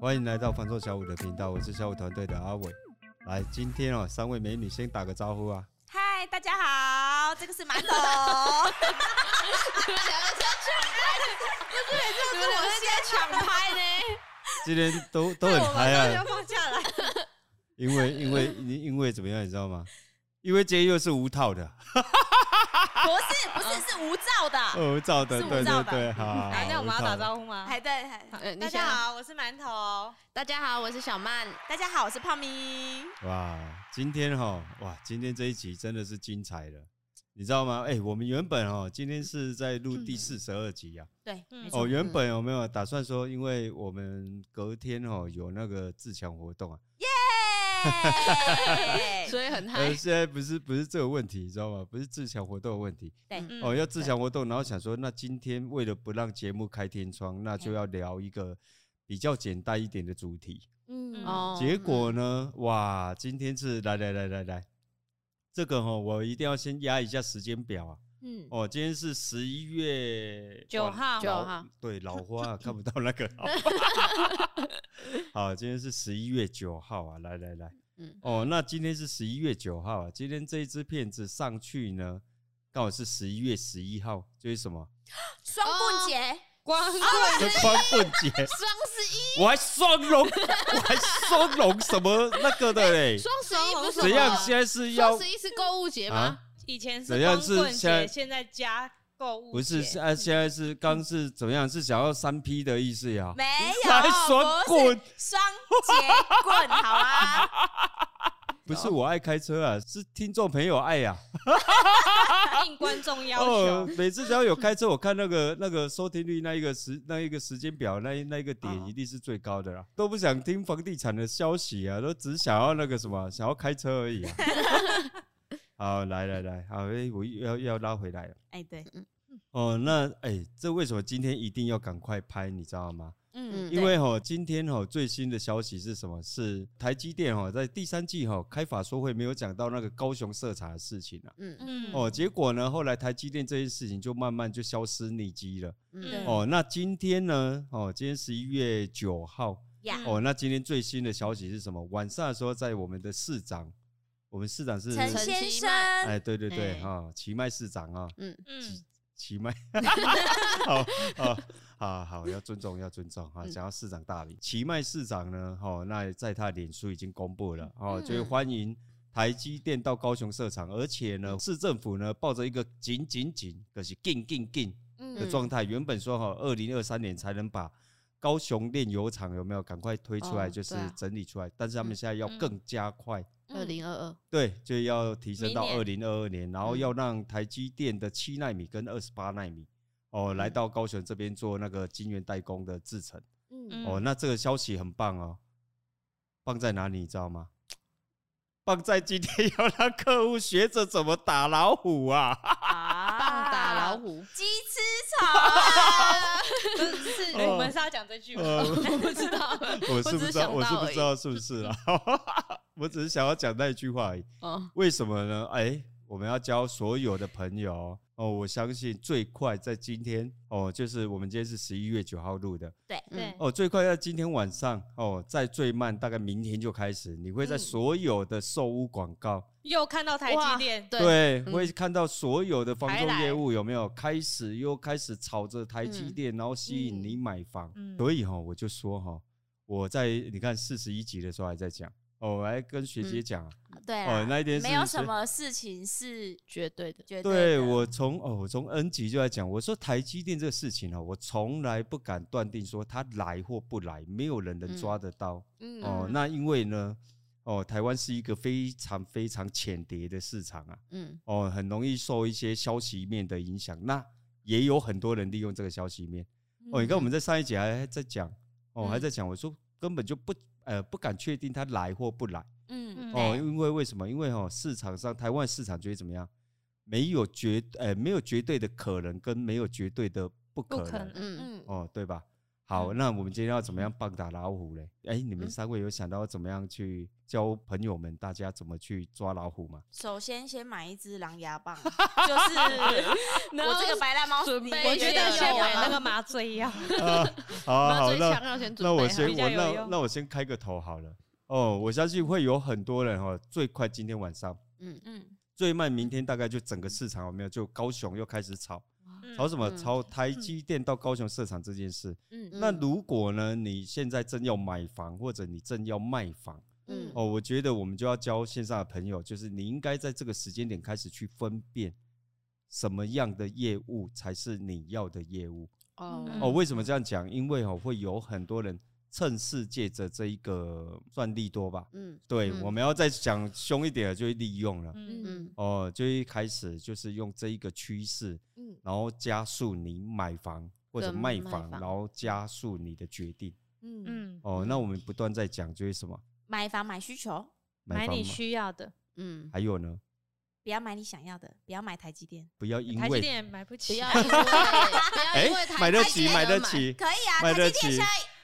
欢迎来到防守小五的频道，我是小五团队的阿伟。来，今天哦，三位美女先打个招呼啊！嗨，大家好，这个是馒头，你们两个在抢拍，不是？你们两个在抢拍呢？今天都哎都很嗨啊要，放下来。因为因为因因为怎么样，你知道吗？因为今天又是无套的，不是，不是，是无照啊的。无照的，是无对照对的对，好。哎，那我们要打招呼吗？还哎对，还呃你大先家好，我是馒头。大家好，我是小曼。大家好，我是泡咪。呼。哇，今天哈，哇，今天这一集真的是精彩了，你知道吗？哎，我们原本哦，今天是在录第四十二集啊。对，嗯没错哦，原本有没有打算说，因为我们隔天哦有那个自强活动啊，耶嗯所以很嗨呃，。现在不是不是这个问题，你知道吗？不是自强活动的问题，对嗯哦，要自强活动，然后想说，那今天为了不让节目开天窗，那就要聊一个比较简单一点的主题。嗯哦呃结果呢，哇，今天是来来来来来，这个哈、哦，我一定要先压一下时间表啊。嗯，哦，今天是十一月九哇号九老号对，老 花看不到那个老花。好，今天是十一月九号啊，来来来，嗯哦，那今天是十一月九号啊，今天这一支片子上去呢，刚好是十一月十一号，就是什么？双棍哦节，光棍就光棍节，双十一，我还双龙，我还双龙什么那个的嘞？双十一不是怎样？什么现在是要双十一是购物节吗？啊？以前是怎样光是棍现在节，现在加购物节不是，现在现在是刚是怎么样？是想要三 P 的意思呀？ 没哎有，来双棍不是双节棍，好啊。不是我爱开车啊，是听众朋友爱呀、应观众要哦求，，每次只要有开车，我看那个那个收听率那一个时那一个时间表那一那一个点哦一定是最高的啦，都不想听房地产的消息啊，都只想要那个什么，想要开车而已、 啊。好，来来来，好，哎、我又要要拉回来了。哎，对，哦，那哎、这为什么今天一定要赶快拍，你知道吗？嗯，因为哈、今天哈、最新的消息是什么？是台积电哈、在第三季哈、开法说会没有讲到那个高雄色茶的事情啊。嗯嗯哦，结果呢，后来台积电这件事情就慢慢就消失匿迹了。嗯，哦，那今天呢？哦，今天十一月九号。呀，哦，那今天最新的消息是什么？晚上的时候，在我们的市长，我们市长是陈陈先其生，哎，对对对，哎哈、哦，奇迈市长啊、嗯，奇 迈，好好好好，要尊重，要尊重哈，嗯想要市长大名。奇迈市长呢，哦，那在他脸书已经公布了，哦，就是嗯欢迎台积电到高雄设厂，而且呢，市政府呢抱着一个紧紧紧，可、是进进进嗯的状嗯态，原本说哈，二零二三年才能把。高雄炼油厂有没有赶快推出来？哦就是对啊整理出来，但是他们嗯现在要嗯更加快，二零二二，对，就要提升明到年二零二二年，然后嗯要让台积电的七纳米跟二十八纳米哦，来到高雄这边做那个晶圆代工的制程、嗯，哦。那这个消息很棒哦，棒在哪里你知道吗？棒在今天要让客户学着怎么打老虎 啊！棒棒打 老，虎，鸡吃草啊。不是是哎我们是要讲这句吗？哦呃不知道，我是只不知想道，我是到不而知已道是不是啊？ 我只是想要讲那一句话而已。哦，为什么呢？哎、我们要教所有的朋友哦，我相信最快在今天哦，就是我们今天是十一月九号录的对，哦，最快在今天晚上哦，再最慢大概明天就开始，你会在嗯所有的售屋广告、又看到台积电，啊对，嗯会看到所有的房还仲来业务有没有开始又开始炒着台积嗯电，然后吸引你买房。嗯所以哈、哦我就说哈、我在你看四十一集的时候还在讲哦，我还跟学姐嗯讲啊、对哦啦，那一天没是有是什么事情是绝对的，绝对的我从哦，我从 N 级就在讲，我说台积电这个事情哦，我从来不敢断定说它来或不来，没有人能嗯抓得到、嗯哦。那因为呢，哦，台湾是一个非常非常浅碟的市场啊，嗯哦，很容易受一些消息面的影响。那也有很多人利用这个消息面哦。你看我们在上一节还还在讲哦，还嗯在讲，我说根本就不呃不敢确定它来或不来。嗯嗯哦，对因为为什么？因为哦，市场上台湾市场觉得怎么样？没有绝呃，没有绝对的可能，跟没有绝对的不可能不可能嗯嗯哦，对吧？好，那我们今天要怎么样棒打老虎嘞？哎、你们三位有想到怎么样去教朋友们大家怎么去抓老虎吗？首先先买一支狼牙棒，就是我这个白蜡猫准里备面我就觉有得先买那了个麻 醉药，啊，好麻好，醉那枪要先准那备好。我先比较我有那用那我先开个头好了。哦，我相信会有很多人哦，最快今天晚上，嗯，嗯，最慢明天大概就整个市场哦有没有？就高雄又开始炒，嗯炒什么？嗯炒台积电到高雄市场这件事。嗯那如果呢，你现在正要买房，或者你正要卖房，嗯哦，我觉得我们就要教线上的朋友，就是你应该在这个时间点开始去分辨什么样的业务才是你要的业务。哦哦，为什么这样讲？因为哦，会有很多人趁势借着这一个算利多吧。嗯对，嗯我们要再讲凶一点的，就会利用了。嗯嗯哦，就一开始就是用这一个趋势，嗯然后加速你买房或者跟卖卖房，房然后加速你的决定。嗯嗯，哦，那我们不断在讲就是什么买房买需求，买房你嘛，需要的，嗯，还有呢，不要买你想要的，不要买台积电，不要因台积为电也买不不起要 啊，因为 不要因为台哎买得积起，电买而嗯得，起，可以啊，买台得积电起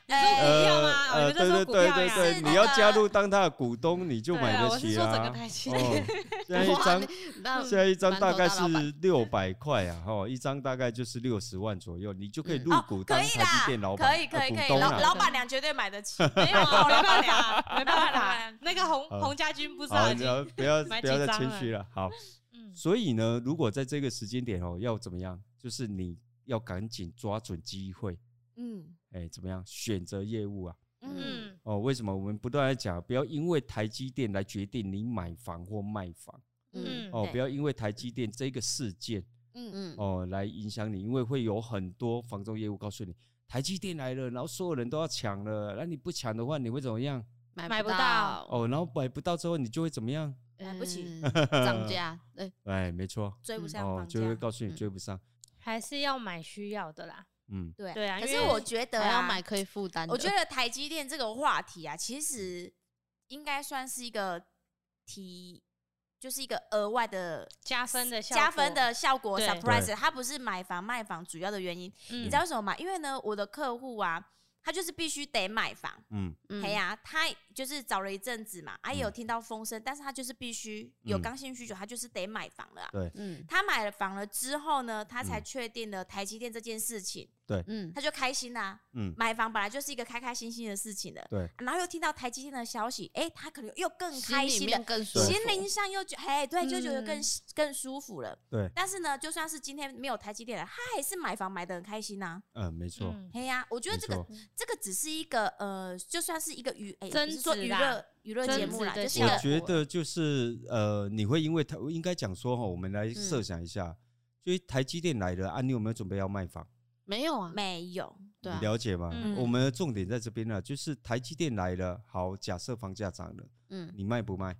现在呃股票吗哦你们在对对说股对票对呀对，是你那要加个入当他的股东，你就 对买啊，得我是起说整啦个。台积电， 哦，现在一哇张那现在一张嗯馒大头概大老板是六百块啊，哈，一张大概就是六十万左右，你就可以嗯入哦股当可台以积啦，电老板、可以可以呃可股以，东老啦老板娘绝对买得起， 没有 啊，没办法，没办老板法，那个红好红家军不是好，啊，你要不要买不要几再张谦了虚了。好，嗯所以呢，如果在这个时间点哦，要怎么样？就是你要赶紧抓准机会，嗯哎、怎么样选择业务啊？嗯嗯哦，为什么我们不断在讲，不要因为台积电来决定你买房或卖房嗯嗯哦，对不要因为台积电这个事件嗯嗯哦来影响你，因为会有很多房仲业务告诉你，台积电来了，然后所有人都要抢了，那你不抢的话，你会怎么样？买嗯买不不到到，哦，然后买不到之后，你就会怎么样？买不起嗯，涨 价，对，哎，没错，追不上哦，房价就。会告诉你嗯追不上，还是要买需要的啦，嗯。对对啊，可是因为我觉得还要啊，买可以负担的，我觉得台积电这个话题啊，其实应该算是一个题，就是一个额外的加分的效加分果，的效果对 surprise。啊对嗯它不是买房卖房主要的原因，你你知道为什么吗？因为呢，我的客户啊，他就是必须得买房。嗯，嗯哎呀、他就是找了一阵子嘛，啊也有嗯听到风声，但是他就是必须有嗯刚性需求，他就是得买房了啊、对嗯他买了房了之后呢，他才嗯确定了台积电这件事情，嗯他就开心啦、嗯，买房本来就是一个开开心心的事情了，对，然后又听到台积电的消息，哎、他可能又更开心里心面了，更舒服，心灵上又觉，哎，对，就觉得更、嗯更舒服了。对但是呢，就算是今天没有台积电了，他还是买房买的很开心呐、嗯，没错，嗯嘿呀、我觉得没这个错，这个只是一个呃，就算是一个娱，哎、增不是说值娱啦乐娱乐节目啦，增值的就是一效我个果觉得就是呃，你会因为台，应该讲说哈，我们来设想一下，就是台积电来了啊，你有没有准备要卖房？没有啊，没有，对你啊，了解吗？嗯我们的重点在这边呢，就是台积电来了，好，假设房价涨了，嗯，你卖不卖？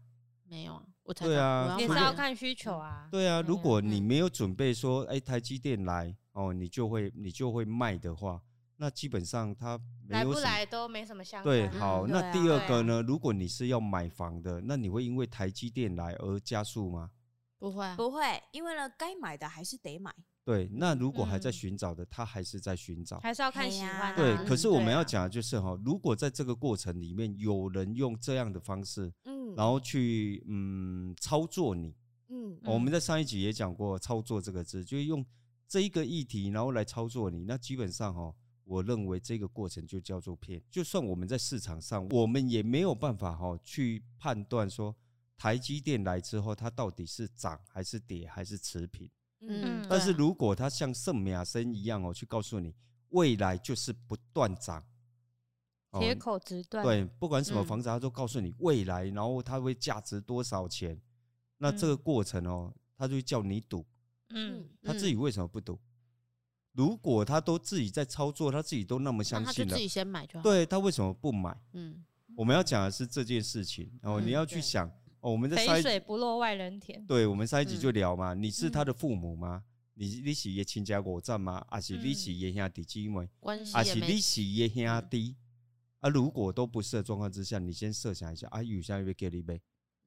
没有啊，我才对啊我也除是非要买看需求啊，对啊，对如啊果你嗯没有准备说，哎、台积电来哦，你就会你就会卖的话，那基本上它没来有不什么。来都没什么相干，对，好，嗯那对啊第二对个啊呢？如果你是要买房的，那你会因为台积电来而加速吗？不会啊，不会，因为呢，该买的还是得买。对，那如果还在嗯寻找的，他还是在寻找。还是要看喜欢、啊。对啊，可是我们对啊要讲的就是哈，如果在这个过程里面有人用这样的方式，嗯然后去嗯操作你，嗯哦我们在上一集也讲过“操作”这个字，就是用这一个议题，然后来操作你。那基本上哈、哦，我认为这个过程就叫做骗。就算我们在市场上，我们也没有办法哈、哦、去判断说台积电来之后，它到底是涨还是跌还是持平。嗯嗯，但是对啊如果它像圣米亚森一样哦，去告诉你未来就是不断涨，哦铁口直断。对，不管什么嗯房子，它都告诉你未来，然后它会价值多少钱。那这个嗯过程哦，它就叫你赌，嗯，他自己为什么不赌？如果他都自己在操作，他自己都那么那相他就信了自，己先买就好，，对他为什么不买？嗯我们要讲的是这件事情哦，嗯你要去对想哦。我们在上肥一水不落外人田。对我们上一集嗯就聊嘛，你是他的父母吗？你你是也亲家我站吗？还是你嗯是爷兄弟姊妹？关系还也啊是没你是爷兄弟？啊，如果都不是的状况之下，你先设想一下，啊，有啥要叫你买？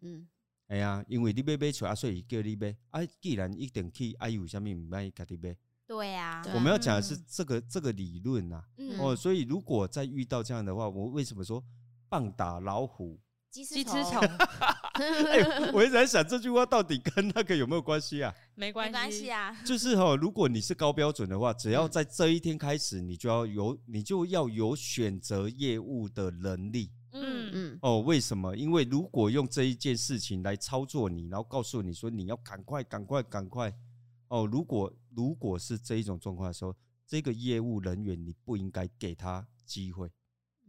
嗯哎呀，因为你要买厝，啊，所以他叫你买。啊，既然一定去，啊，有啥物毋爱家己买？对呀、对我们要讲的是这个这个理论啊。嗯哦，所以如果再遇到这样的话，我为什么说棒打老虎？鸡翅鸡翅虫虫哎、我一直在想这句话到底跟那个有没有关系啊？没没关关系啊，啊，就是哈、哦，如果你是高标准的话，只要在这一天开始，你就要有你就要有选择业务的能力。嗯，嗯哦，为什么？因为如果用这一件事情来操作你，然后告诉你说你要赶快、赶快、赶快。哦，如果如果是这一种状况的时候，这个业务人员你不应该给他机会。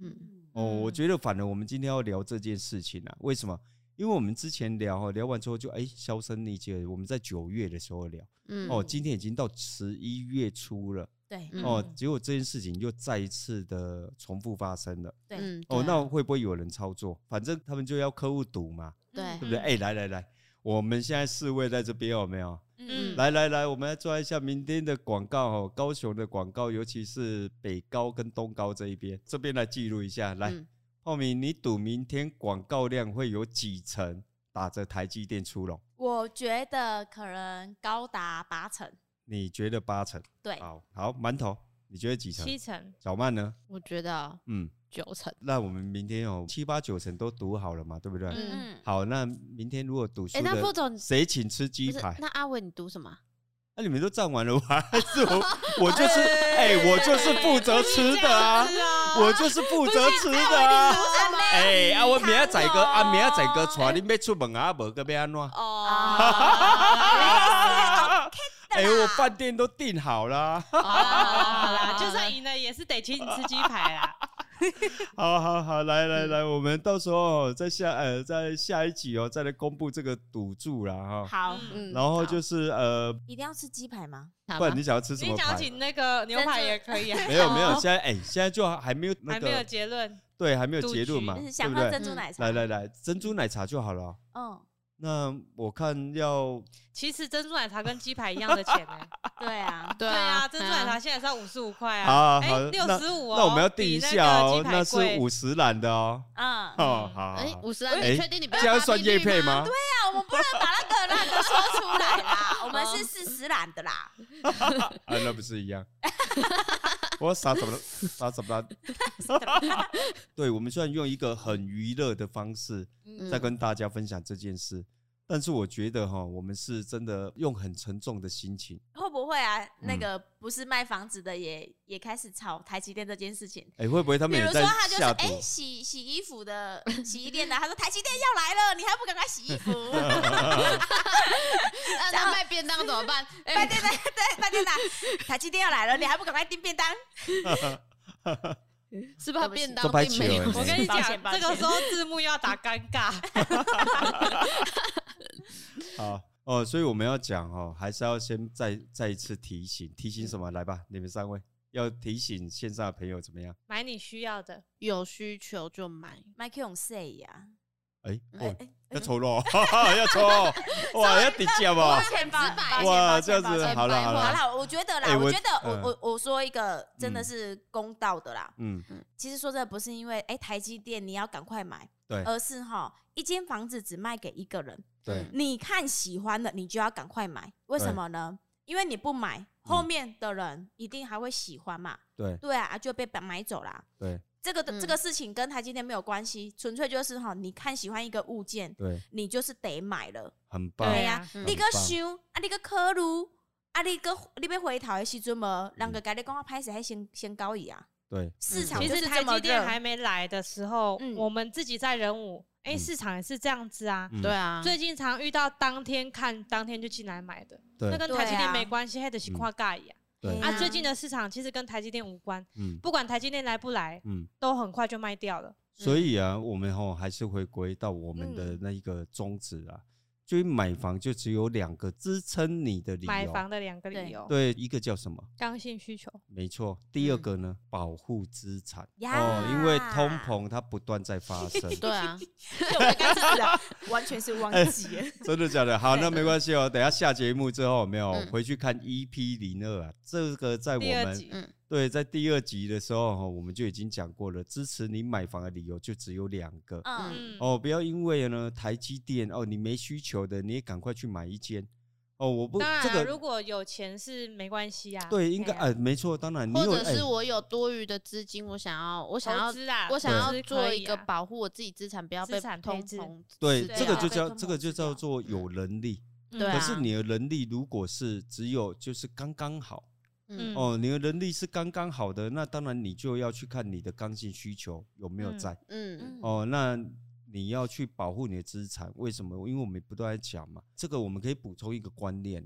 嗯哦，我嗯觉得反而我们今天要聊这件事情啊，为什么？因为我们之前聊哦聊完之后就哎销声匿迹了。我们在九月的时候聊，嗯哦，今天已经到十一月初了，对嗯哦，结果这件事情又再一次的重复发生了。对、嗯哦，对啊那会不会有人操作？反正他们就要客户赌嘛，对对不对？嗯哎、来来来，我们现在四位在这边有没有？嗯嗯来来来，我们来抓一下明天的广告哦，高雄的广告，尤其是北高跟东高这一边，这边来记录一下。来，嗯浩明，你赌明天广告量会有几成？打着台积电出笼，我觉得可能高达八成，你觉得八成？对，哎好好，馒头，你觉得几成？七成，小曼呢？我觉得嗯，九成，那我们明天哦，七八九成都赌好了嘛，对不对？嗯，嗯，好，那明天如果赌输哎，那副的，总谁请吃鸡不是排？啊那阿伟你读什么？那、你们都占完了，我还是我，我就是，哎、我就是负责吃的啊，我就是负责吃的啊。嗯哎，啊，我明仔哦载哥，啊，明仔载哥，带恁要出门啊，无个要安怎？哦 嗯啊 哎、我饭店都订好啦，好啦好啦好啦，就算赢了也是得请你吃鸡排啦。 好好好，来来来，我们到时候在下呃，在下一集哦，再来公布这个赌注啦哈。好，嗯，嗯，然后就是呃，一定要吃鸡排吗？不然你想要吃什么你想牌啊要？请那个牛排也可以啊，没有没有，现在哎、现在就还没有那还没有个结论。对，还没有赌结论局嘛，就是对想不喝对？珍珠奶茶，来来，来，珍珠奶茶就好了哦。嗯，那我看要其实珍珠奶茶跟鸡排一样的 钱呢。对啊，对对啊，啊，珍珠奶茶现在是要五十五块好啊，啊哎好，六那十五哦，那我们要定一下哦比，那那个是鸡排贵五十兰的哦。嗯，哦对，好好，哎，好五十啊，哎你确定你不要这样发算利叶率配吗吗？？啊，我们不能把那个那个说出来啦，我们是事实懒的啦，啊，那不是一 样？我傻怎么了？傻怎么了？ 对，我们虽然用一个很娱乐的方式嗯在跟大家分享这件事，但是我觉得哈，我们是真的用很沉重的心情。会不会啊？那个嗯不是卖房子的也也开始炒台积电这件事情。哎，会不会他比们如也说，在他就是下毒哎、？洗洗衣服的洗衣店的，他说台积电要来了，你还不赶快洗衣服？那那卖便当怎么办？饭哎，店的对饭店的，台积电要来了，你还不赶快订便当？是怕对不起便当这拍并起没有了，我跟你抱讲歉，抱这歉个时候字幕要打尴尬。好哦，所以我们要讲哦，还是要先再再一次提醒，提嗯醒什么？来吧，你们三位要提醒线上的朋友怎么样？买你需要的，有需求就买，麦克勇 say 呀，哎、哎哦，哎要抽了， 要 抽哦，哇，要顶价吧抱？歉抱歉抱歉，哇，抱这歉样抱子歉好了好抱好了，啦，我觉得啦，哎我我觉得嗯我我我说一个真的嗯是公道的啦，嗯，其实说真的不是因为哎、台积电你要赶快买，对而是哈一间房子只卖给一个人，对嗯，你看喜欢的你就要赶快买，为什对么呢？因为你不买，后面的人一定还会喜欢嘛，对对啊，就被买走啦。对这个的、这嗯个事情跟台积电没有关系，纯粹就是哈，你看喜欢一个物件，对，你就是得买了。很棒，对对呀呀，嗯啊你很个棒想啊，你个考虑啊，你个你要回头的时阵无，人个甲你讲啊，拍谁还先先高一啊，对市嗯场其就实是台这么积热电。还没来的时候嗯，我们自己在人武，哎，嗯市场也是这样子啊。嗯对啊，最近常遇到当天看当天就进来买的，对嗯那跟台积电没关系，还得是跨尬呀。对哎，呀啊，最近的市场其实跟台积电无关，嗯不管台积电来不来，嗯，都很快就卖掉了。所以啊，我们吼还是回归到我们的嗯那一个宗旨啊，就是买房就只有两个支撑你的理买由，房的两个理由，对，一个叫什么？刚性需求，没错，第二嗯个呢，保护资产哦呀，因为通膨它不断在发生， 对啊，对， 我刚刚的完全是哎忘记 了。真的假的？好，那没关系哦，等一下下节目之后有没有嗯回去看 EP 零二啊，这个在我第二们集，嗯对在第二集的时候哈，我们就已经讲过了，支持你买房的理由就只有两个嗯，嗯，哦哦，不要因为呢台积电哦你没需求的，你也赶快去买一间哦，我不当然这啊、个如果有钱是没关系啊，对，应该哎哎，没错，当然你或有者哎是我有多余的资金，我想要，我想投要，资啊，我想投要资做可一以个啊，保护我自己资产不要被资产通配置膨对吃这个就掉被叫吞这个没就吃掉叫做有能力，嗯对啊可是你的能力如果是只有就是刚刚好。嗯嗯哦，你的能力是刚刚好的，那当然你就要去看你的刚性需求有没有嗯在、嗯哦。那你要去保护你的资产，为什么？因为我们不断在讲嘛，这个我们可以补充一个观念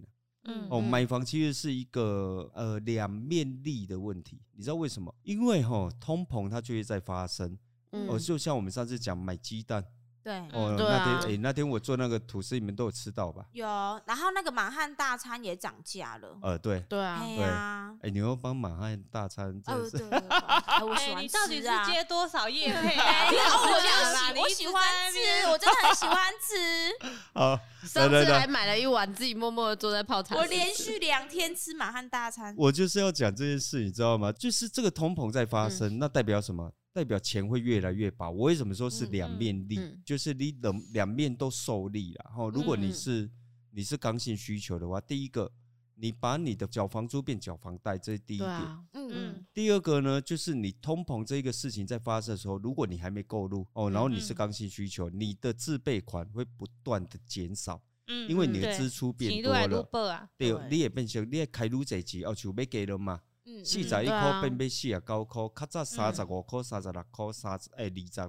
嗯哦，嗯买房其实是一个呃两面力的问题，你知道为什么？因为哈、通膨它就会在发生，嗯哦，就像我们上次讲买鸡蛋，对，哦，嗯对那天啊诶、那天我做那个吐司，你们都有吃到吧？有。然后那个满汉大餐也涨价了，呃，对，对哎啊，呀，哎、你要帮满汉大餐，真哦的是、对，哎我喜哎、欢你到底吃是啊。接多少业配哎 啊？你然后老我实讲啦就喜你我一直喜在欢那吃边，我真的很喜欢吃， 好，上来次来还买了一碗，自己默默的坐在泡茶室。我连续两天吃满汉大餐。我就是要讲这件事，你知道吗？就是这个通膨在发生，那代表什么？代表钱会越来越薄。我为什么说是嗯两面力？嗯就是你两两面都受力了。哈，如果嗯你嗯是、你是刚性需求的话，第一个，你把你的缴房租变缴房贷，这是第一对点。啊，嗯嗯，第二个呢，就是你通膨这个事情在发生的时候，如果你还没购入哦，然后你是嗯刚性需求，你的自备款会不断的减少，嗯因为你嗯的对支出变钱多越来越了。薄啊，对，哦对你也变成你也开愈侪钱，要求要加了嘛。嗯嗯四十嗯一对块啊变变四十九块，较早三十五块、三十六块、三十诶二十、二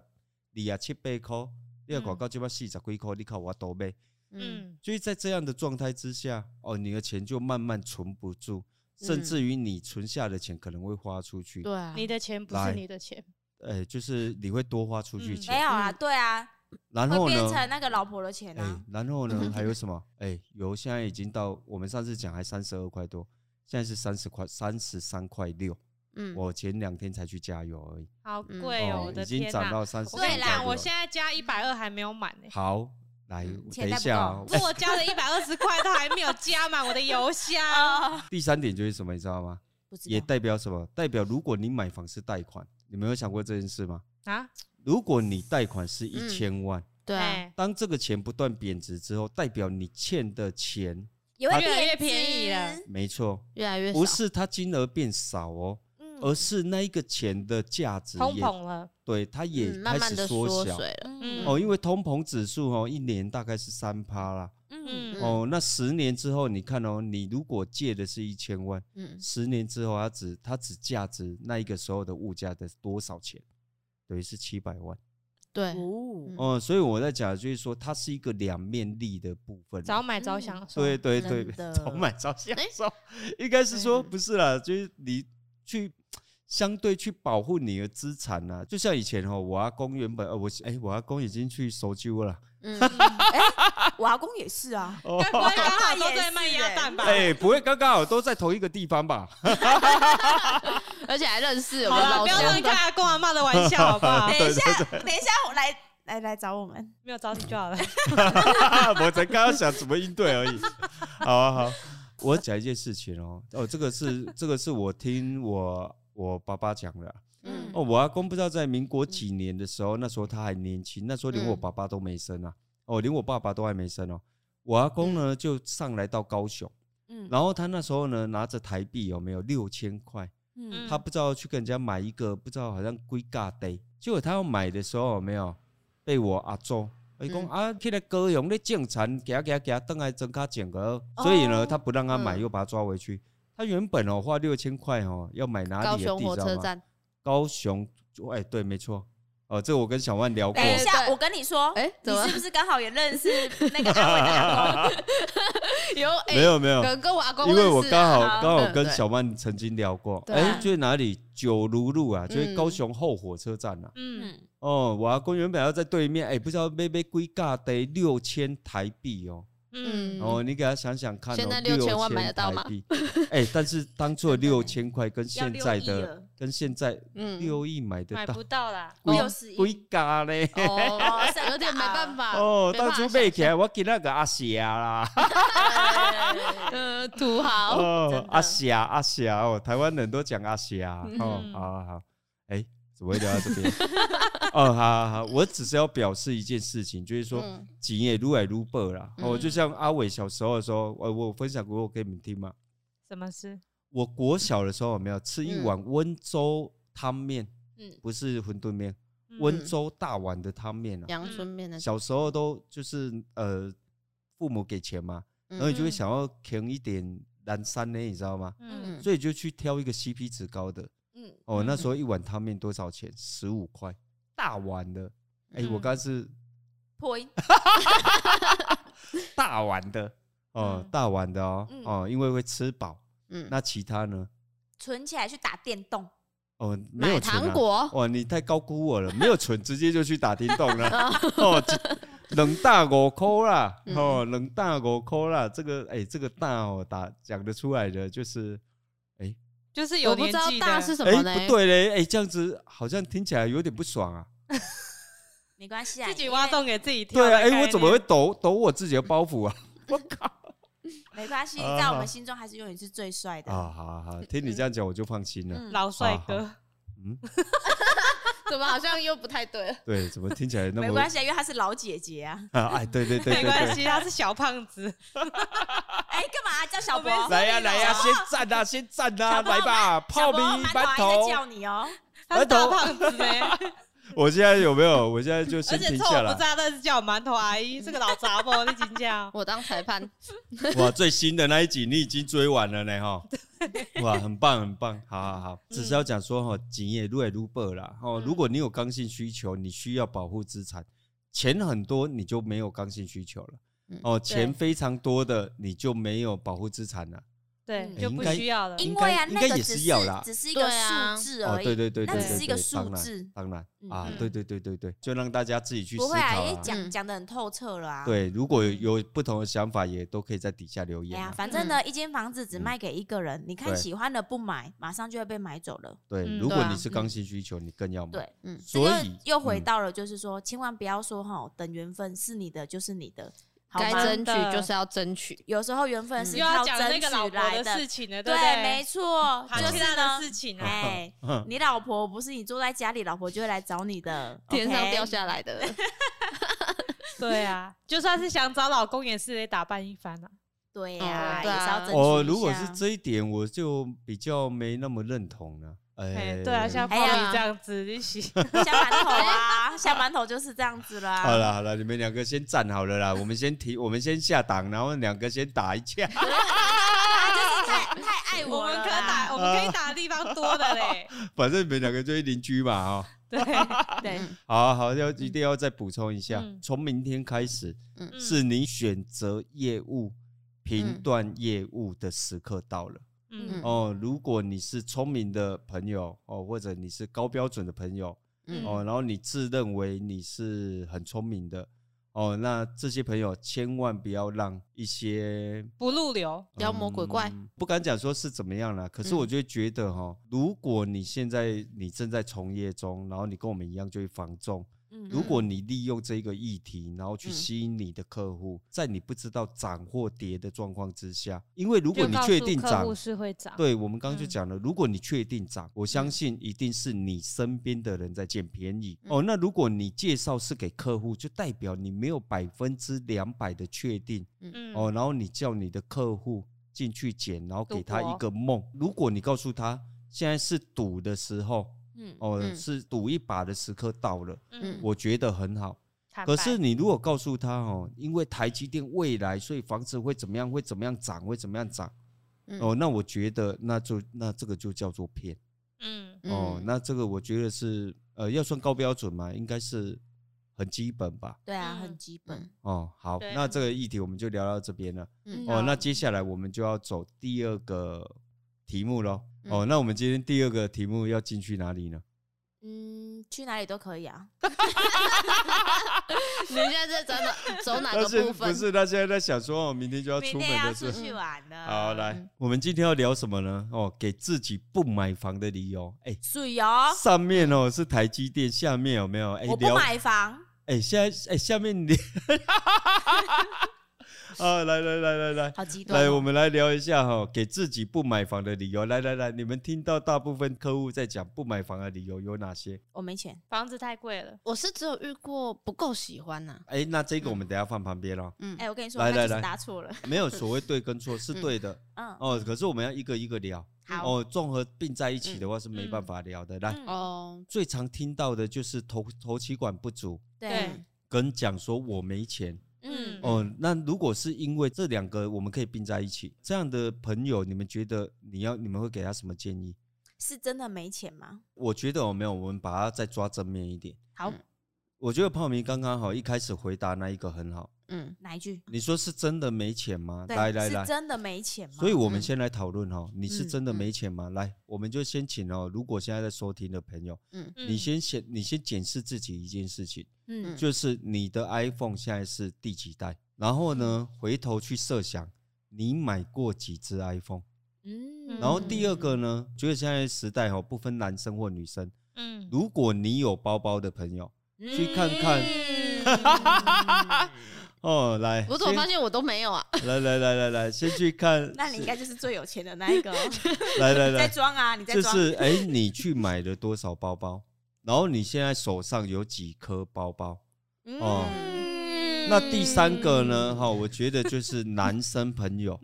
啊七八块，你要看嗯到即摆四十几块，你看我多买。嗯嗯，就是在这样的状态之下，哦，你的钱就慢慢存不住，甚嗯至于你存下的钱可能会花出去，对嗯啊，你的钱不来是你的钱，呃，就是你会多花出去嗯没钱。有啊，对啊，然会后变呢？成那个老婆的钱哎、啊。然后呢？还有什么？哎、油现在已经到我们上次讲还三十二块多，现在是三十块，三十三块六。嗯我前两天才去加油而已，好嗯贵哦，哦我的已经天涨呐！到三十。我跟你讲，六我了现在加一百二还没有满呢、好来嗯等钱一带不下动啊。不，我交了一百二十块，都还没有加满我的邮箱。哦，第三点就是什么，你知道吗？ 不知也道。代表什么？代表如果你买房是贷款，你们有想过这件事吗？啊，如果你贷款是一嗯千万，对啊，哎当这个钱不断贬值之后，代表你欠的钱，也会越来越便宜资。没错，越来越不少。是它金额变少哦，嗯而是那一个钱的价值通也膨了，对它也嗯慢开慢始的缩缩小水了。嗯哦，因为通膨指数哦，一年大概是三趴啦。嗯嗯哦，那十年之后，你看哦，你如果借的是一千万，嗯，十年之后它只它只价值那一个时候的物价的多少钱，等于是七百万。对，哦，哦，所以我在讲的就是说，它是一个两面力的部分。早买早享受。对对对，真的早买早享哎受，应该是说嗯不是啦，就是你去相对去保护你的资产呐、就像以前哦，我阿公原本呃，我哎、我阿公已经去收究 了啦，嗯，我阿公也是 啊，哦该不会刚好也都在卖是鸭欸蛋吧？哎、不会刚刚好都在同一个地方吧？而且还认识有好没了，有哎老不要乱乡？开阿公阿妈的玩笑，好不好哎等？一下，等一下，我来来来找我们。没有找你就好了。 我才刚刚想怎么应对而已。 好啊好，我讲一件事情哦，哦，这个是这个是我听我我爸爸讲的啊。嗯哦，我阿公不知道在民国几年的时候，那时候他还年轻，那时候连我嗯爸爸都没生啊，哦，连我爸爸都还没生哦。我阿公呢就上来到高雄，嗯然后他那时候呢拿着台币有没有六千块，嗯他不知道去跟人家买一个不知道好像龟嘎day，结果他要买的时候有没有被我阿周。伊讲嗯啊，去个高雄咧种田，行行行，等来增加整个，所以呢，哦他不让他买，嗯又把他抓回去。他原本哦花六千块哦要买哪高里的雄地，火知道车吗？站，高雄，哎、对，没错，哦，这我跟小万聊过，等一下，对我跟你说，哎，怎哦么你是 不是刚好也 认识那个阿伟的阿公？有？没哎，有没有，跟跟我阿公因认识啊，为我刚好好刚好嗯跟对小万曾经聊过，对哎、啊就是哪里九如路啊，就是嗯高雄后火车站啊。嗯，嗯，哦，我阿公原本要在对面，哎、不知道被被归价得六千台币哦。嗯，哦，你给他想想看、哦，现在6000 6000万买得到吗台币？ 哎、但是当初的真的六千块跟现在要六亿的了跟现在嗯六亿买得买到不，到啦。贵六十归亿，价嘞。哦， 真的有点没办法哦，没当办初法买想起来，我给那个阿霞啦。嗯，土豪，哦真，的阿霞阿霞哦，台湾人都讲阿霞哦，嗯好好好，哎、怎么会聊到这边？ 哦，好好好，我只是要表示一件事情，就是说嗯钱也撸来撸爆啦。哦，嗯就像阿伟小时候的时候，呃我我分享过给你们听吗？什么事？我国小的时候有没有吃一碗温州汤面？嗯不是馄饨面，嗯温州大碗的汤面啊。阳春面的小时候都就是呃，父母给钱嘛，然后你就会想要啃一点蓝山呢，你知道吗？嗯嗯所以就去挑一个 CP 值高的。嗯，哦，那时候一碗汤面多少钱？十五块，大碗的。哎、我嗯刚刚是破音，大碗的哦，嗯大碗的哦、嗯哦，因为会吃饱。嗯那其他呢？存起来去打电动，哦，没有买存啊糖果，哇，你太高估我了，没有存，直接就去打电动了。哦，冷大五块啦，嗯哦，冷大五块啦，这个哎、这个大哦，打讲得出来的就是，就是有我不年知道纪的大是什哎、么呢？不对嘞，哎、这样子好像听起来有点不爽啊。没关系啊，自己因挖为，洞给自己跳。对啊，哎、我怎么会？抖抖我自己的包袱啊？我靠！没关系，啊在我们心中还是永远是最帅的。啊，好好好，听你这样讲我就放心了。嗯老帅哥？嗯，怎么好像又不太对了？对，怎么听起来那没么关系啊，因为她是老姐姐啊。啊？哎，对对对没对关对，系，他是小胖子。 哎，干嘛啊叫小博？我没来呀来呀，小先站啊，先站啊，小朋来友吧，泡小米博馒馒头还在头。叫你哦。他是大胖子哎、我现在有没有？我现在就而先且停臭下我不来。炸，但是叫我馒头阿姨，这个老杂毛，你哦请假。 我当裁判，哇，最新的那一集你已经追完了呢 哈。哇，很棒很棒，好好好，嗯只是要讲说哈，钱也越来越薄啦。哦，如果你有刚性需求，你需要保护资产，钱很多你就没有刚性需求了嗯。哦，钱对非常多的你就没有保护资产了。 对，嗯就不需要了。应因该为啊，应那该个也只是要啦只是一个对啊数字哦，而对已。对对对，那对只是一对个数当然字当然嗯啊，嗯对对对对对，就让大家自己去思不考会啊，啊因为。讲嗯讲的很透彻了啊。，对，如果有有不同的想法，也都可以在底下留哎言呀啊。，反正呢，一间房子只卖给一个人，你看对喜欢的不买，马上就会被买走了。对，嗯如果对啊你是刚性需求，你更要买。对，嗯所这以又又回嗯到了，就是说，千万不要说哈，等缘分是你的就是你的，好该吗？争真的取就是要争取。有时候缘分又是要靠讲争那取个老婆来的事情了，不对，对？没错，韩就其是他的呢，事情啊，哎，嗯 你老婆不是你坐在家里，老婆就会来找你 的，天上 OK？掉下来的，对啊， 就算是想找老公，也是得打扮一番啊。对哦呀，对也啊是要争取哦，一如果是 下这一点，我就比较没那么认同了。哎哎，，对啊，像哎鲍鱼呀这样子，你洗下馒头 啊，下馒头就是这样子 啦。好 了好了，你们两个先站好了啦，我们先提，我们先下档，然后两个先打一架。 太太 爱我我们了可打，啦。嗯我们可以打的地方多的 嘞。反正你们两个就是邻居嘛，啊。对，对，好啊好，要一定要再补充一下嗯，从明天开始，嗯是你选择业务、评嗯断业务的时刻到了、嗯嗯哦。如果你是聪明的朋友哦，或者你是高标准的朋友嗯哦，然后你自认为你是很聪明的哦，那这些朋友千万不要让一些不入流。妖魔鬼怪嗯不敢讲说是怎么样啦，可是嗯我就会觉得哈、如果你现在你正在从业中，然后你跟我们一样就会防重。嗯如果你利用这个议题，然后去嗯吸引你的客户，在你不知道涨或跌的状况之下，因为如嗯果就你告诉确定客涨户，是会涨，对我们刚刚就嗯讲了，如果你确定涨，我相信一定是你身边的人在捡便宜嗯哦。那如果你介绍是给客户，就代表你没有百分之两百的确定嗯哦，然后你叫你的客户进去捡，然后给赌他一博个梦。如果你告诉他现在是赌的时候，嗯，哦，嗯是赌一把的时刻到了。嗯，我觉得很好。坦白可是你如果告诉他哦，因为台积电未来，所以房子会怎么样，会怎么样涨，会怎么样涨，嗯哦，那我觉得那就那这个就叫做骗、嗯哦，那这个我觉得是呃要算高标准嘛，应该是很基本吧。对啊，嗯很基本。哦，好，对那这个议题我们就聊到这边了。嗯哦，好那接下来我们就要走第二个题目喽。嗯哦，那我们今天第二个题目要进去哪里呢？嗯，去哪里都可以啊。你现在在走 哪走哪但个是部不分？是他现在在想说，哦，明天就要出明门天要的出事。去玩了。好，来嗯，我们今天要聊什么呢？哦，给自己不买房的理由。哎、水哦，上面哦是台积电，下面有没有？哎、我不聊买房， 哎、现在哎、下面你，啊，来来来来来，好极端哦。来，我们来聊一下哈，给自己不买房的理由。来来来，你们听到大部分客户在讲不买房的理由有哪些？我没钱，房子太贵了，我是只有遇过不够喜欢呐、哎、那嗯这个我们等一下放旁 边哦，嗯，哎，我跟你说，来他来就是来答错了。没有所谓对跟错，是对的、嗯，哦。可是我们要一个一个聊好，哦，综合并在一起的话是没办法聊的。来，嗯哦，最常听到的就是投投期款不足，对，嗯跟讲说我没钱。嗯，哦，那如果是因为这两个我们可以并在一起，这样的朋友，你们觉得你要你们会给他什么建议？是真的没钱吗？我觉得我哦没有，我们把它再抓正面一点。好，我觉得泡米刚刚好一开始回答那一个很好，嗯哪一句？你说是真的没钱吗？对来来是来，真的没钱吗？所以我们嗯先来讨论哈，你是嗯真的嗯没钱吗？来，我们就先请哦，如果现在在收听的朋友，嗯你先先你先检视自己一件事情，嗯，就是你的 iPhone 现在是第几代？然后呢，嗯回头去设想，你买过几只 iPhone？嗯然后第二个呢，觉得现在时代哦，不分男生或女生，嗯，如果你有包包的朋友去看看嗯，哦，来， 我怎么先发现我都没有啊？来来来来来，先去看 ，那你应该就是最有钱的那一个哦， 来来你在来，装啊，你在就装，是哎、你去买了多少包包？然后你现在手上有几颗包包？哦嗯那第三个呢？哈、我觉得就是男生朋友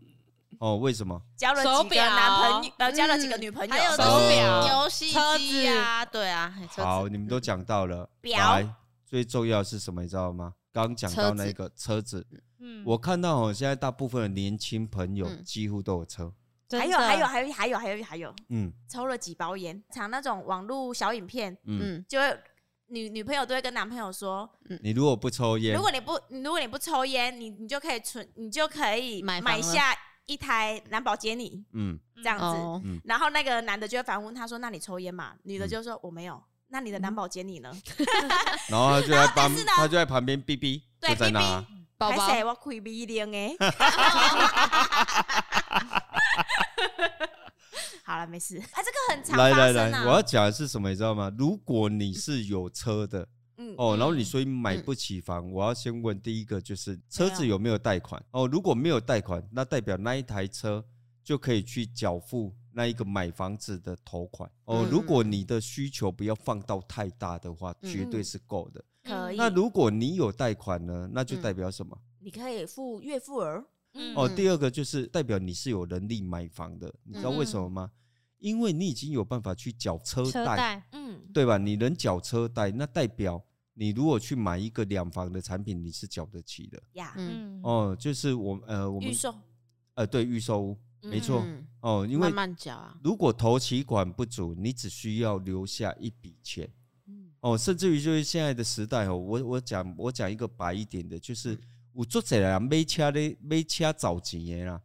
哦，为什么？交了手几个表男朋友，呃，交了几个嗯女朋友，哦哦还有手就是表游戏车机啊，对啊，还有车子好，你们都讲到了。表来，最重要是什么？你知道吗？刚讲到那个车子，嗯我看到哦，现在大部分的年轻朋友嗯几乎都有车。还有还有嗯还有还有还有还有嗯抽了几包烟，常那种网络小影片，嗯，嗯就会女女朋友都会跟男朋友说，你如果不抽烟如，果你不如果你不抽烟，你你就可以存，你就可以买买房了下一台兰博基尼嗯，这样子。哦，然后那个男的就会反问他说：“那你抽烟嘛？”女的嗯就说：“我没有。”那你的兰博基尼呢？然后他就在旁啊但是，呢他就在旁边哔哔，对就在那啊。包还包是我亏逼零哎。 好了，没事。啊，这个很常来发来生来，啊。我要讲的是什么，你知道吗？如果你是有车的嗯，哦，然后你所以买不起房，我要先问第一个就是车子有没有贷款哦？如果没有贷款，那代表那一台车就可以去缴付那一个买房子的头款哦嗯。如果你的需求不要放到太大的话，嗯绝对是够的。嗯可以，那如果你有贷款呢，那就代表什么？你可以付月付额。嗯哦，嗯第二个就是代表你是有能力买房的，你知道为什么吗？因为你已经有办法去缴车车贷，贷，嗯，对吧？你能缴车贷，那代表你如果去买一个两房的产品，你是缴得起的。呀，嗯，嗯，哦，就是我呃我们预售呃对预售屋没错、嗯哦，因为慢慢嚼啊，如果头期款不足，你只需要留下一笔钱。哦，甚至于就是现在的时代哦，我我讲我讲一个白一点的，就是我做者啊，买车咧买车找钱的啦，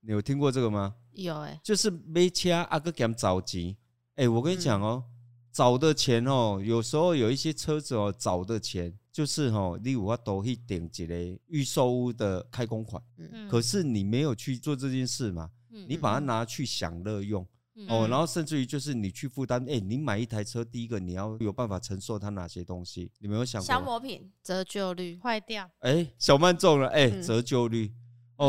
你有听过这个吗？有哎，就是买车啊，个给找钱。哎、我跟你讲哦，嗯找的钱哦，有时候有一些车子哦，找的钱就是哦，你有法都去顶一个预售屋的开工款，嗯可是你没有去做这件事嘛，嗯你把它拿去享乐用。嗯哦，然后甚至于就是你去负担，哎、你买一台车，第一个你要有办法承受它哪些东西，你没有想消过吗？磨品，折旧率，坏掉，哎、小曼中了，哎、嗯折旧率，嗯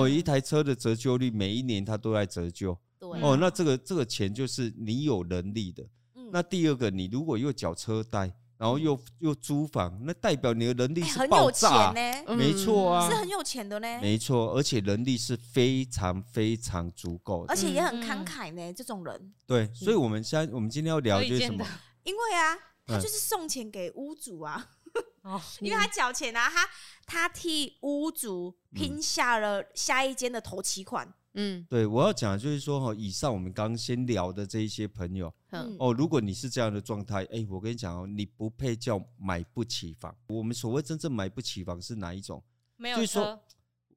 哦，一台车的折旧率每一年它都在折旧，对嗯哦，那这个这个钱就是你有能力的。嗯那第二个，你如果又缴车贷，然后又又租房，那代表你的能力哎是很爆有钱炸，呢，嗯没嗯错啊是，很有钱的呢，没错，而且能力是非常非常足够的。而嗯且也很嗯慷慨呢。这种人，对，所以我们现在我们今天要聊的就是什么可以？因为啊，他嗯就是送钱给屋主啊，哦，因为他缴钱啊，他他替屋主拼下了下一间的头期款。嗯对，我要讲的就是说哈，以上我们刚刚先聊的这一些朋友嗯哦，如果你是这样的状态，哎、我跟你讲哦，你不配叫买不起房。我们所谓真正买不起房是哪一种？没就有是说车，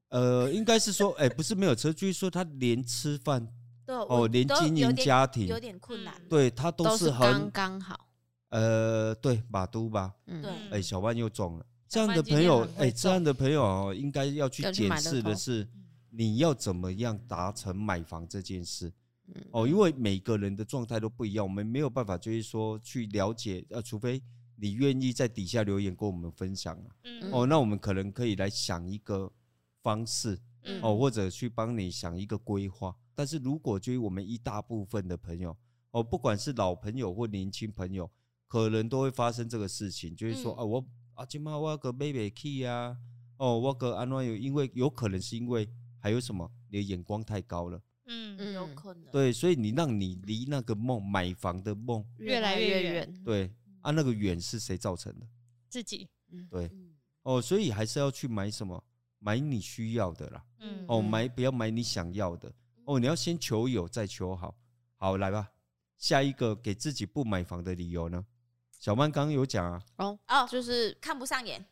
呃，应该是说，哎、不是没有车，就是说他连吃饭对哦，我连都经有营点家有庭，点困难。嗯对他都都是是很刚刚好，呃，对，马都吧，嗯对哎、小万又中了。这小样万的今朋天友很，会哎、这样的朋友哦，应该要去要去检买乐视的透嗯是，你要怎么样达成买房这件事。嗯哦，因为每个人的状态都不一样，我们没有办法就是说去了解，呃，除非你愿意在底下留言跟我们分享啊。嗯哦，那我们可能可以来想一个方式嗯哦，或者去帮你想一个规划。但是如果对于我们一大部分的朋友哦，不管是老朋友或年轻朋友，可能都会发生这个事情，就是说、嗯啊，我啊，今妈我个妹妹去啊，哦，我个安诺有，因为有可能是因为还有什么，你的眼光太高了，嗯，嗯有可能对，所以你让你离那个梦买房的梦，越来越越远远，对啊，那个远是谁造成的？自己，对嗯哦，所以还是要去买什么，买你需要的啦。嗯，哦，嗯买不要买你想要的哦，你要先求有再求好。好，来吧，下一个给自己不买房的理由呢？小曼刚刚有讲啊，哦，哦，就是看不上眼，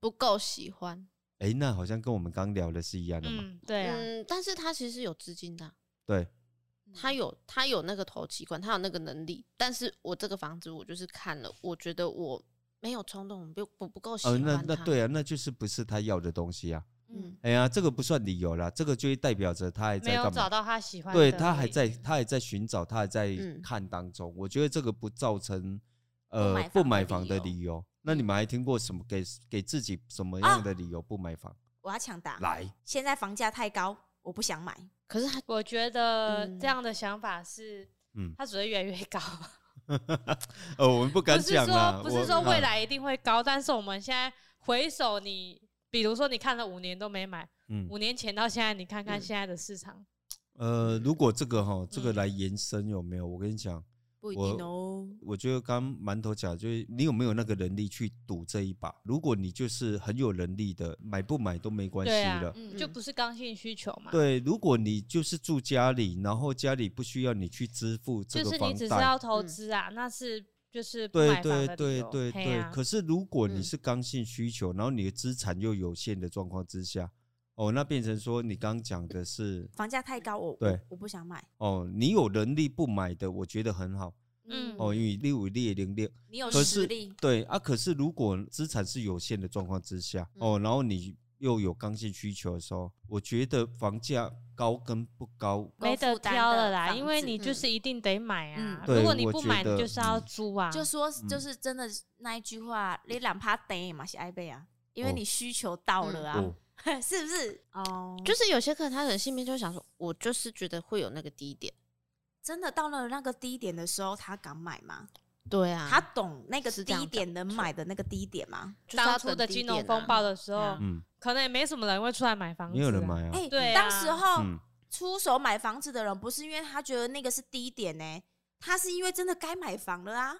不够喜欢。诶，那好像跟我们刚聊的是一样的嘛。嗯，对啊，嗯嗯，但是他其实有资金的啊、对，他有他有那个投期款，他有那个能力。但是我这个房子，我就是看了，我觉得我没有冲动，不不不够喜呃，欢那那它对啊，那就是不是他要的东西啊。嗯，哎呀，这个不算理由啦，这个就会代表着他还没在有干找嘛？到他喜欢的而对已，他还在，他还在寻找，他还在嗯看当中。我觉得这个不造成不呃买不房的买理房的由理由。那你们还听过什么给给自己什么样的理由不买房？我要抢答。来，现在房价太高，我不想买。可是他我觉得嗯这样的想法是，嗯，它只会越来越高， 呃，我们不敢不是讲啦说，不是我说未。啊来一定会高，但是我们现在回首你。比如说，你看了五年都没买，嗯，五年前到现在，你看看嗯现在的市场，呃，如果这个哈，这个嗯来延伸有没有？我跟你讲，不一我定哦。我觉得刚刚馒头讲，就是你有没有那个能力去赌这一把？如果你就是很有能力的，买不买都没关系对啊了。嗯，就不是刚性需求嘛？对，如果你就是住家里，然后家里不需要你去支付这就个是房你只是贷，要投嗯资啊，那是就是不对买房对的理对由对嘿对啊。可是如果你嗯是刚性需求，然后你的资产又有限的状况之下，哦，那变成说你刚刚讲的是房价太高，我我对我不想买。哦，你有能力不买的，我觉得很好。嗯哦，因为六五六零六，你有可实是力，对啊，可是如果资产是有限的状况之下，嗯哦，然后你又有刚性需求的时候，我觉得房价高跟不高，没够得负担挑了的啦，房因为子嗯你就是一定得买啊。嗯如果对你我不觉买，得你就是要嗯租啊。就说就嗯是真的那一句话，你懒怕得嘛是爱贝啊，因为哦你需求到了 啊，哦，是不是？哦，就就是有些客人他可能心里面就会想说，我就是觉得会有那个低点。真的到了那个低点的时候，他敢买吗？对啊他懂那个是这样低点能讲买的那个低点吗？就是要当初等的低金融点啊风暴的时候啊，嗯，可能也没什么人会出来买房子，没有人，买啊，哎，对当啊时候嗯，出手买房子的人，不是因为他觉得那个是低点呢、他是因为真的该买房了啊。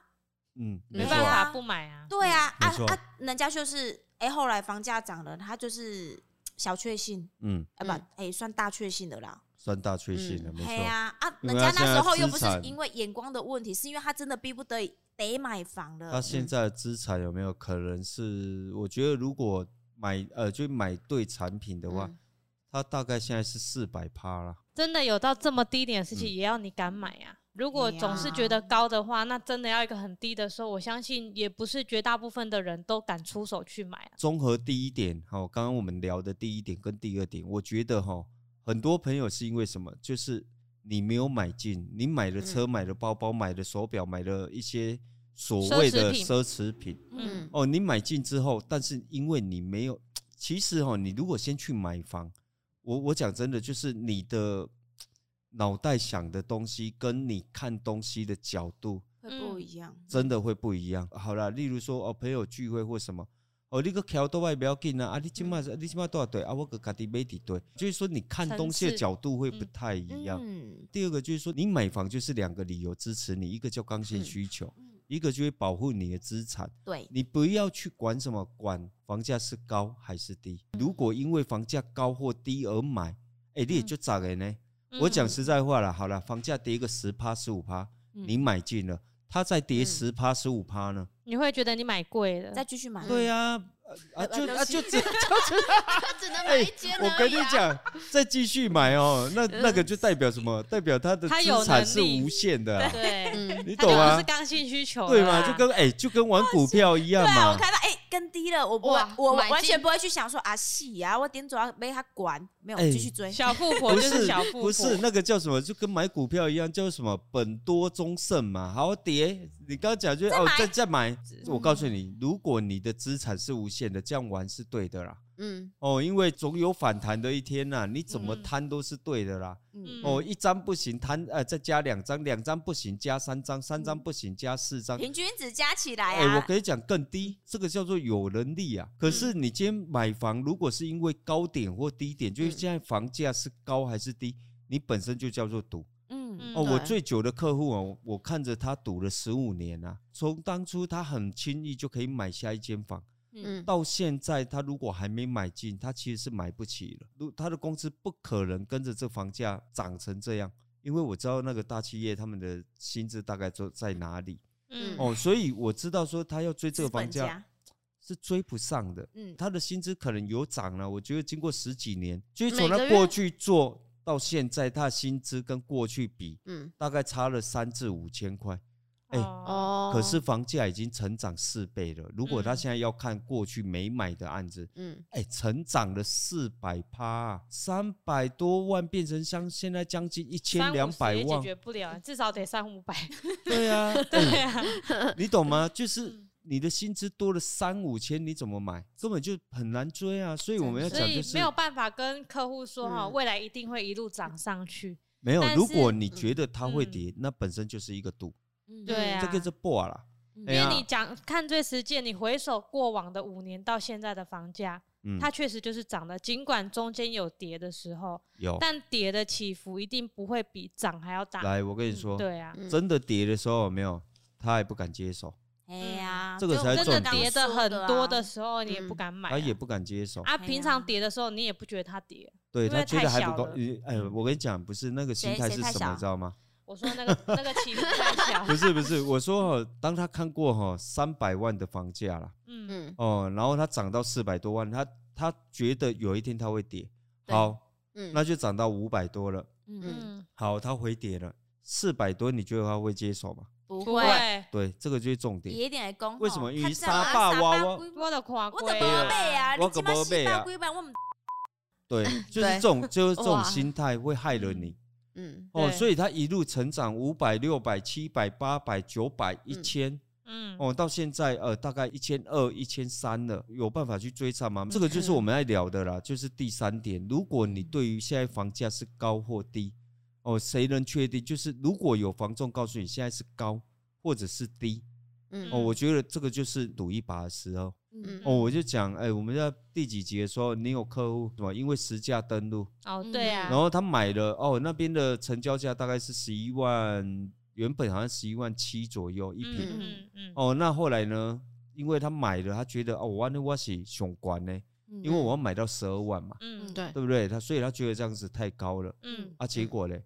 嗯，没没办错啊，法啊不买啊。对啊，嗯没啊错啊，人家就是哎、后来房价涨了，他就是小确幸，嗯，啊不，哎嗯、算大确幸的啦。算大确幸嗯了，没嘿错。啊啊，因人为家他那现时在候又资不是产因为眼光的问题，是因为他真的逼不得已得买房了他。嗯现在的资产有没有可能是？我觉得如果买呃，就买对产品的话嗯，他大概现在是四百趴啦。真的有到这么低点的事情，嗯也要你敢买啊。如果对啊总是觉得高的话，那真的要一个很低的时候，我相信也不是绝大部分的人都敢出手去买啊。综合第一点，好、刚刚我们聊的第一点跟第二点，我觉得哈、很多朋友是因为什么？就是你没有买进，你买嗯了车、买了包包、买了手表、买了一些所谓的奢奢侈品侈品嗯，嗯哦，你买进之后，但是因为你没有，其实哈、你如果先去买房，我我讲真的，就是你的脑袋想的东西跟你看东西的角度，会不一样。真的会不一样。好啦，例如说哦，朋友聚会或什么，哦，你个桥都外不要紧啊，啊，你今麦你今麦多少对啊，我个卡迪没底对，就是说你看层东西的次角度会不嗯太一样。嗯，第二个就是说，你买房就是两个理由支持你，一个叫刚性嗯需求，嗯一个就会保护你的资产。对，你不要去管什么管房价是高还是低，如果因为房价高或低而买，哎、你也嗯就咋了呢？我讲嗯实在话了，好了，房价跌个十趴十五趴，你买进了，它再跌嗯十趴十五趴呢？你会觉得你买贵了，再继续买。对啊，啊啊呃就对啊不起就 只就只，他只能买一间而已啊、我跟你讲，再继续买哦，那那个就代表什么？代表它的它有资产能是力无限的啊， 对，嗯，你它就懂不吗是？刚性需求了对啦，嘛，就跟哎就跟玩股票一样对啊，嘛我。看到哎、更低了，我不会哇我买进完全不会去想说啊，戏啊，我点主要被他管，没有哎继续追。小富婆不就是是小富婆，不是那个叫什么，就跟买股票一样，叫什么本多终胜嘛。好跌，你刚刚讲嗯就哦，再再买。我告诉你，如果你的资产是无限的，这样玩是对的啦。嗯，哦，因为总有反弹的一天呐、你怎么嗯摊都是对的啦。嗯哦，一张不行摊，呃，再加两张，两张不行加三张，三张不行加四张。平均值加起来哎、我啊，可以讲更低，这个叫做有能力啊。可是你今天买房，如果是因为高点或低点，就是嗯现在房价是高还是低，你本身就叫做赌。嗯哦，我对最久的客户啊，我我看着他赌了十五年啊，从当初他很轻易就可以买下一间房，嗯，到现在他如果还没买进，他其实是买不起了。如他的工资不可能跟着这房价涨成这样，因为我知道那个大企业他们的薪资大概在在哪里嗯哦，所以我知道说他要追这资个房本价家，是追不上的。嗯，他的薪资可能有涨了，我觉得经过十几年，就是从每他个过月去做到现在，他的薪资跟过去比，嗯，大概差了三至五千块。哎哦，哦，可是，房价已经成长四倍了。如果他嗯现在要看过去没买的案子，嗯，哎、成长了四百趴，啊三百、多万变成像现在将近一千两百350也解万，决不了，至少得三五百。对啊， 对啊，嗯你懂吗？就是嗯你的薪资多了三五千，你怎么买？根本就很难追啊。所以我们要所讲就以是没有办法跟客户说哈，嗯未来一定会一路涨上去。没有但如果是你觉得它会嗯跌，那本身就是一个赌，嗯对啊这个是 b 啦。嗯哎因呀为你讲看最实际，你回首过往的五年到现在的房价，嗯，它确实就是涨的，尽管中间有跌的时候，有。但跌的起伏一定不会比涨还要大。来，我跟你嗯说，对啊，嗯真的跌的时候有没有，他还不敢接手，哎呀，这个就才真重的点跌的的很多的啊，时候，你也不敢买啊。他也不敢接手。啊，哎平呀常跌的时候，你也不觉得它跌。对因他为觉太得还不小够。了嗯呃哎，我跟你讲，不是那个心谁态谁是太什么，小你知道吗？我说那个那个起伏太小，不是不是，我说哦，当他看过哈三百万的房价啦，嗯，嗯，哦，然后它涨到四百多万，他他觉得有一天它会跌，对好，嗯，那就涨到五百多了，嗯，嗯，好，它回跌了四百多，你觉得他会接手吗？不不会，会，对，这个就是重点。一点的功，为什么他因为知道啊沙霸娃沙娃龟我的夸我过的宝贝啊，我你的起码宝贝四啊百龟吧，我们对，就是这对 种，就是这种哇心态会害了你。嗯，哦，对所以它一路成长五百、六百、七百、八百、九百、一千，嗯，哦，到现在呃大概一千二、一千三了，有办法去追上吗？这个就是我们在聊的啦，就是第三点，如果你对于现在房价是高或低，哦，谁能确定？就是如果有房仲告诉你现在是高或者是低，嗯，哦，我觉得这个就是赌一把的时候。嗯哦，我就讲，哎，我们在第几集的时候，你有客户什么？因为实价登录，哦，嗯对啊，然后他买了哦，那边的成交价大概是十一万，原本好像十一万七左右一嗯平。嗯嗯，哦，那后来呢？因为他买了，他觉得哦，我那我是雄关呢，因为我要买到十二万嘛，嗯对，对不对？他所以他觉得这样子太高了嗯，啊。结果嘞，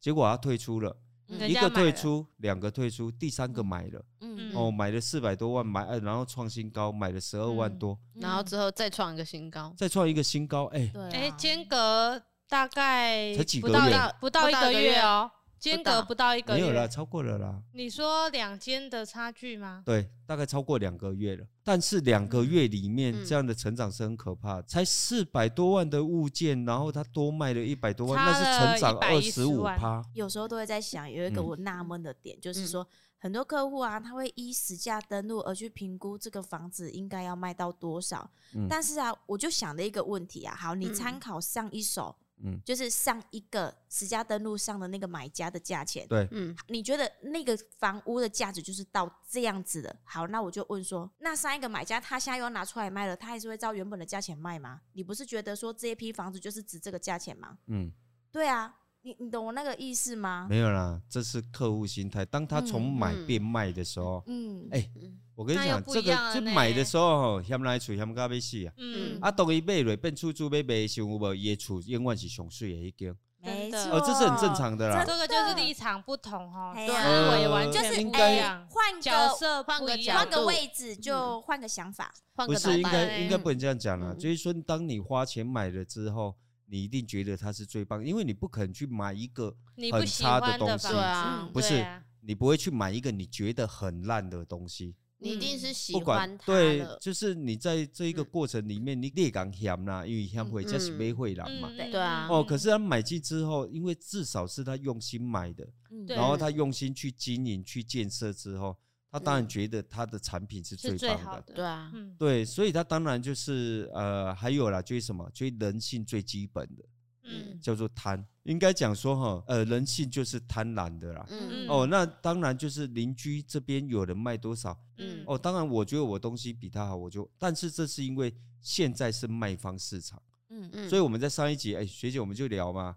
结果他退出了，人一家个买退了，出，两个退出，第三个嗯买了，嗯哦，买了四百多万，买呃然后创新高，买了十二万嗯多，然后之后再创一个新高，再创一个新高，哎，对啊，哎，间隔大概才几不个到月一不到不一到个一个月月哦，间到隔不到一个没有啦，月，超过了啦。你说两间的差距吗？对，大概超过两个月了。但是两个月里面嗯这样的成长是很可怕的，才四百多万的物件，然后他多卖了一百多万，那差是了成长二十110五万趴。有时候都会在想，有一个嗯我纳闷的点，就是嗯说很多客户啊，他会依实价登录而去评估这个房子应该要卖到多少。嗯但是啊，我就想了一个问题啊，好，你嗯参考上一手，嗯就是上一个实价登录上的那个买家的价钱，对，嗯你觉得那个房屋的价值就是到这样子的。好，那我就问说，那上一个买家他现在又要拿出来卖了，他还是会照原本的价钱卖吗？你不是觉得说这一批房子就是值这个价钱吗？嗯，对啊，你你懂我那个意思吗？没有啦，这是客户心态。当他从嗯买嗯变卖的时候，嗯，哎嗯我跟你那又讲，不这一个样了就呢买的时候吼，嫌来厝嫌到要死啊！嗯嗯，啊，当伊买落变出租要卖想有无？伊厝永远是上水的一间，没真的错，哦，这是很正。常的啦。这个就是立场不同哈，哎思呀维完就全是不哎一样，换角个色换不个一角样换个度位置就换个想法。换不个是应脑该袋，应该不能这样讲啦，嗯就是说，当你花钱买了之后，你一定觉得它是最棒，因为你不肯去买一个你不很喜差欢的东的吧西对，啊嗯，不对是啊你不会去买一个你觉得很烂的东西，你一定嗯是喜不管欢它对，了，就是你在这一个嗯过程里面，你劣港嫌啦，因为嫌会才是嗯没会人嘛。嗯对啊哦，可是他买进之后，因为至少是他用心买的，嗯对然后他用心去经营、去建设之后，他当嗯然觉得他的产品是是最最棒好的。的，对啊，嗯，对，所以他当然就是呃，还有啦，就是什么，就是人性最基本的嗯叫做贪，应该讲说哈，呃，人性就是贪婪的啦。嗯嗯哦，那当然就是邻居这边有人卖多少，嗯嗯，哦，当然我觉得我东西比他好，我就，但是这是因为现在是卖方市场，嗯嗯嗯，所以我们在上一集，哎，学姐我们就聊嘛，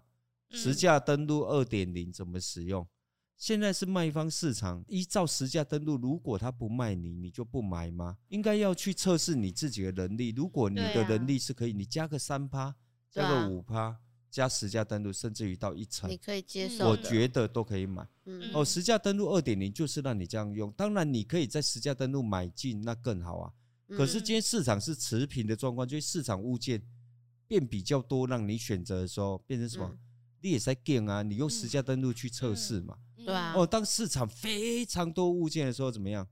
实嗯价登录二点零怎么使用？现在是卖方市场，依照实价登录，如果他不卖你，你就不买吗？应该要去测试你自己的能力。如果你对的啊能力是可以，你加个三趴，对加啊个五趴，加实价登录，甚至于到一成你，可以接嗯受的。我觉得都可以买。嗯哦，实价登录二点零就是让你这样用，当然你可以在实价登录买进，那更好啊。嗯可是今天市场是持平的状况，就是市场物件变比较多，让你选择的时候变成什么？嗯你也在 g 啊，你用实嗯价登录去测试嘛。对啊哦，当市场非常多物件的时候怎么样？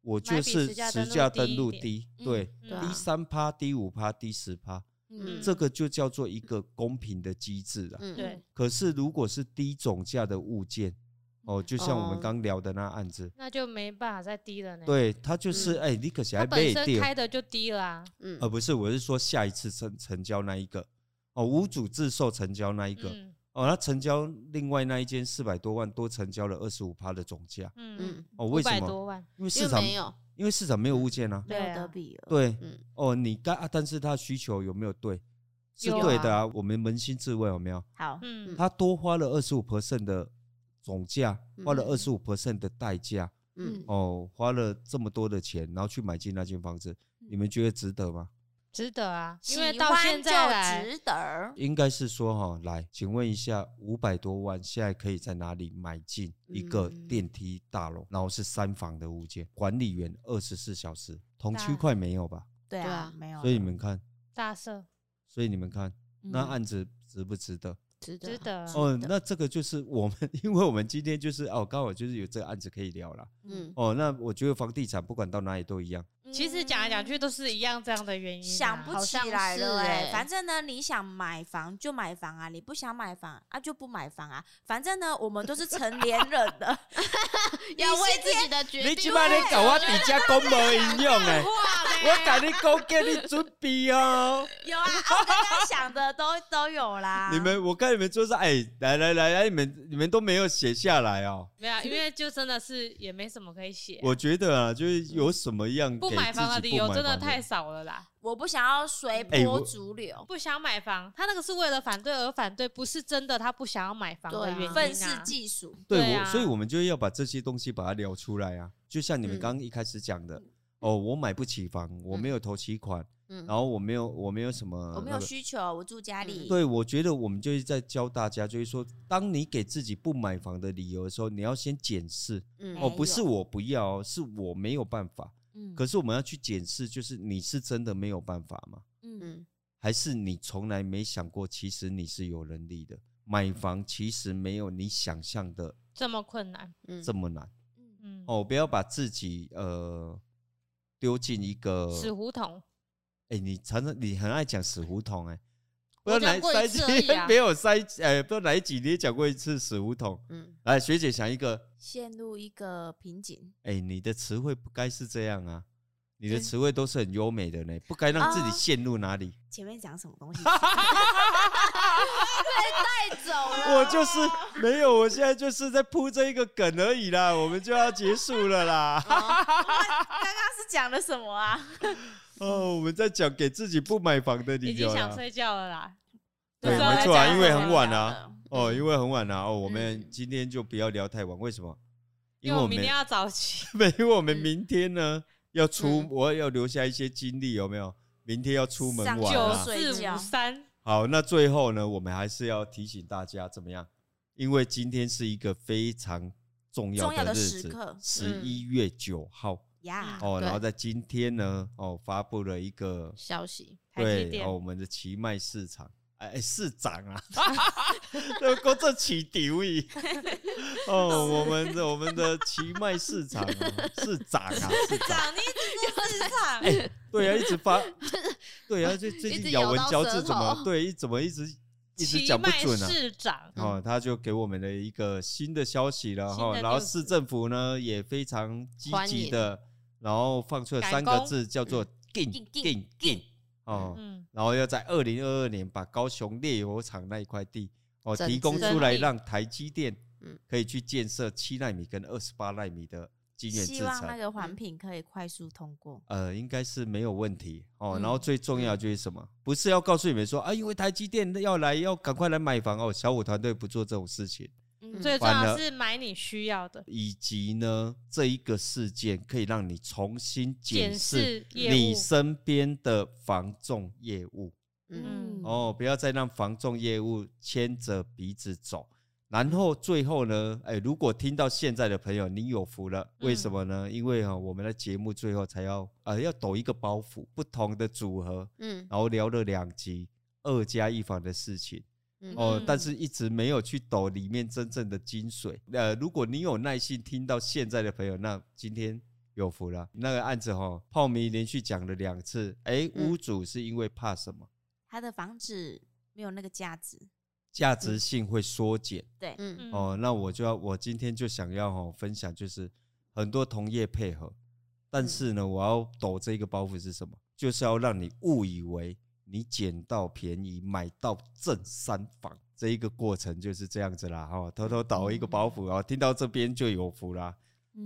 我就买比是实价实登录价低一登录点低，嗯对，嗯对啊低三趴、低五趴、低十趴，嗯这个就叫做一个公平的机制啊。嗯对，可是如果是低总价的物件，哦，就像我们哦刚聊的那案子，那就没办法再低了呢。，对，它就是嗯哎、你可是它还本被身掉，开的就低了啊，嗯呃，不是，我是说下一次成成交那一个，哦，无主自售成交那一个，嗯哦，他成交另外那一间四百多万，多成交了二十五趴的总价，嗯嗯，，哦，为五什百么？多万，因为因市为场没有，因为市场没有物件啊，没有对啊得比了，对，嗯哦，你该啊，但是他需求有没有对？是有对的啊啊，我们扪心自问有没有？好，嗯，他多花了二十五 percent 的总价，花了嗯二十五 percent 的代价，嗯，哦，花了这么多的钱，然后去买进那间房子，你们觉得值得吗？值得啊，因喜为到欢现就在来，值得，应该是说哈、来，请问一下，五百多万现在可以在哪里买进一个嗯电梯大楼，然后是三房的物件，管理员二十四小时，同大区块没有吧？对对啊啊，没有了，所以你们看，大社所以你们看，那嗯案子值不值得？值得，值，得啊，哦，得那这个就是我们， 因为我们今天就是哦，刚好就是有这个案子可以聊了。嗯，哦，那我觉得房地产不管到哪里都一样，其实讲来讲去都是一样这样的原因啊，想不好起像来了是哎、欸反正呢，你想买房就买房啊，你不想买房啊就不买房啊。反正呢，我们都是成年人的，要为自己的决定。你起码你搞我底家公无应用哎，我跟你讲，叫你准备哦。有啊，我刚刚想的都都有啊啦。你们，我看你们桌上，哎、来来来来，你们你们都没有写下来哦。 没有啊，因为就真的是也没什么可以写啊，我觉得啊，就是有什么样不给买自房的己理不由买真的房太少了啦。我不想要随哎波我逐流，不想买房，他那个是为了反对而反对，不是真的他不想要买房的对啊原因、啊。愤世嫉俗。对对我，啊所以我们就要把这些东西把它聊出来啊。就像你们嗯刚刚一开始讲的，哦，我买不起房，我没有头期款，嗯然后我没有我没有什么、那我没有个需求，我住家里。嗯对，我觉得我们就是在教大家，就是说，当你给自己不买房的理由的时候，你要先检视嗯哦，不是没有我不要哦，是我没有办法。嗯可是我们要去检视，就是你是真的没有办法吗？嗯嗯还是你从来没想过，其实你是有能力的？买房其实没有你想象的这么困难，嗯，这么难嗯嗯，哦！不要把自己呃丢进一个死胡同，哎、你常常你很爱讲死胡同哎、不我要讲来过一塞次而已几，啊没有塞哎、不知道哪一集你也讲过一次死胡同。嗯来，学姐想一个，陷入一个瓶颈，哎、你的词汇不该是这样啊，你的对词汇都是很优美的呢，不该让自己啊陷入哪里。前面讲什么东西？ 被带走了。我就是没有，我现在就是在铺这一个梗而已啦，我们就要结束了啦。刚刚是讲的什么啊？哦，我们在讲给自己不买房的已理经由想啦。睡觉了啦。对，不知道没在错啊，讲因为什很么晚了啊，哦，因为很晚啊，哦，我们今天就不要聊太晚，为什么？因因为为我我们明天要早起，没， 因为我们明天呢要出嗯，我要留下一些精力，有没有？明天要出门上玩九啊睡。四觉 五三，好，那最后呢，我们还是要提醒大家怎么样？因为今天是一个非常重要重要的日时子刻，十嗯一月九号呀，哦，啊对然后在今天呢，哦，发布了一个消息，台积对电哦，我们的奇迈市场，哎，哎市长啊，这工作起丢意哦，我们的我们的奇迈市场啊，市长啊，市长，长你只做市场，对啊，一直发，对啊，就最一近直咬咬文到嚼舌字怎么头对，一怎么一直一直奇讲不迈准啊。市长，哦，他就给我们的一个新的消息了新的哈，然后 news 市政府呢也非常积欢极迎的，然后放出了赶三个工字叫做“进进进进进”哦，嗯，然后要在二零二二年把高雄炼油厂那一块地哦整提供治出来，整理让台积电嗯可以去建设七纳米跟二十八纳米的晶圆制希望那程。个环评可以快速通过。呃，应该是没有问题哦。嗯然后最重要就是什么？不是要告诉你们说啊，因为台积电要来，要赶快来买房哦。小五团队不做这种事情。嗯，最重完要了是买你需要的，以及呢，这一个事件可以让你重新检检视视业你务，身边的防重业务嗯哦，不要再让防重业务牵着鼻子走。然后最后呢，哎，如果听到现在的朋友，你有福了，为什嗯么呢？因为哈、我们的节目最后才要呃要抖一个包袱，不同的组合，嗯然后聊了两集二加一房的事情。嗯哦，但嗯是一直没有去抖里面真正的精髓。呃，如果你有耐心听到现在的朋友，那今天有福了。那个案子哈、泡米连续讲了两次，哎，嗯屋主是因为怕什么？他的房子没有那个价值， 价值性会缩减、对，嗯哦。那我就要，我今天就想要哈、分享，就是很多同业配合，嗯但是呢，我要抖这个包袱是什么？就是要让你误以为你捡到便宜，买到正三房，这一个过程就是这样子啦。哈、偷偷倒一个嗯包袱啊、哦，听到这边就有福啦。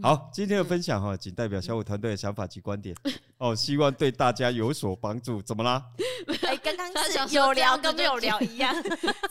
好，今天的分享哈、哦，仅代表小五团队的想法及观点嗯哦，希望对大家有所帮助。怎么啦？哎，刚刚他想是说有这聊样子跟没就有聊 一样，哎、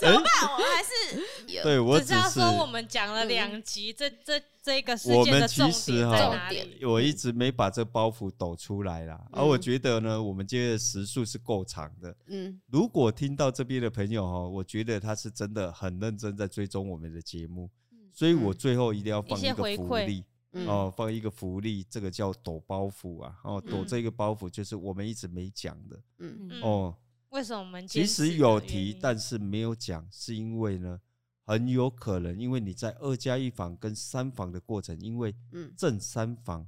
那我还是对我 只只是要是说我们讲了嗯两集，这这这个事我件们的其重实点在哈哪重里？我一直没把这包袱抖出来啦。而、嗯我觉得呢，我们今天的时数是够长的。嗯如果听到这边的朋友哈，我觉得他是真的很认真在追踪我们的节目，所以我最后一定要放嗯一些个回福馈利嗯哦，放一个福利，这个叫抖包袱啊，哦，抖嗯这个包袱就是我们一直没讲的嗯嗯嗯哦。为什么我们其坚持实的有原提因，但是没有讲，是因为呢，很有可能因为你在二加一房跟三房的过程，因为嗯正三房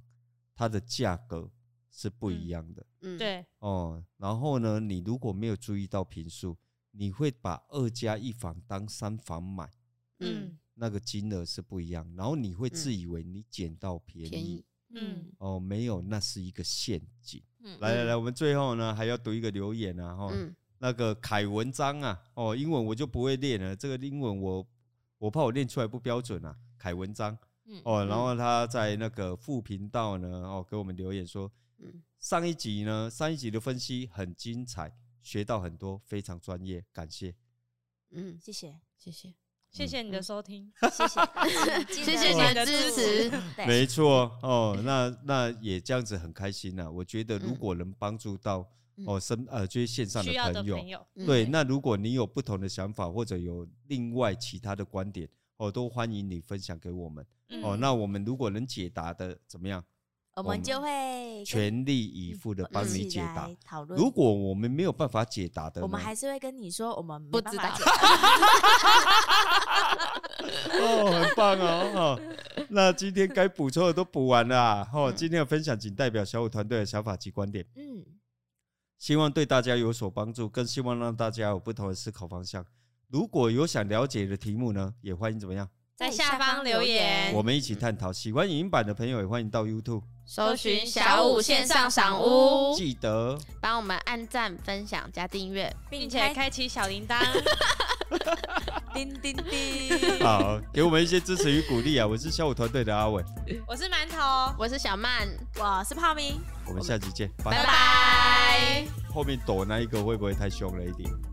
它的价格是不一样的。嗯，对，哦，然后呢，你如果没有注意到平数，你会把二加一房当三房买，嗯嗯那个金额是不一样，然后你会自嗯以为你捡到便宜，便宜嗯嗯哦，没有，那是一个陷阱。嗯来来来，我们最后呢还要读一个留言啊，哈、嗯那个凯文章啊，哦，英文我就不会念了，这个英文我我怕我念出来不标准啊，凯文章。嗯哦，然后他在那个副频道呢，哦，给我们留言说，嗯上一集呢，上一集的分析很精彩，学到很多，非常专业，感谢。嗯，谢谢谢谢，谢谢你嗯的收听，谢谢谢记谢得你的的支支持持，对没错，哦，那那也这样子很开心呐、我觉得如嗯果能帮助到、哦身呃就是线上的需要的朋友，朋友，嗯对，那如果你有不同的想法或者有另外其他的观点，哦，都欢迎你分享给我们。哦，嗯那我们如果能解答的怎么样，我我们们就会跟全力以赴的我们帮嗯一你起解答来。讨论。如果我们没有办法解答的呢，我们还是会跟你说，我们没不办知法道 解，哦，很棒哦。哦那今天该补充的都补完了、啊。哦，今天的分享仅代表小五团队的想法及观点，嗯，希望对大家有所帮助，更希望让大家有不同的思考方向。如果有想了解的题目呢，也欢迎怎么样，在下方留言我们一起探讨。喜欢影音版的朋友也欢迎到 YouTube，搜寻小五线上赏屋，记得帮我们按赞、分享加订阅，并且开启小 铃铛。叮叮叮。好给我们一些支持与鼓励啊！我是小五团队的阿伟，我是馒头，我是小曼， 我是泡明。我们下期见，拜拜拜。后面躲那一个会不会太凶了一点？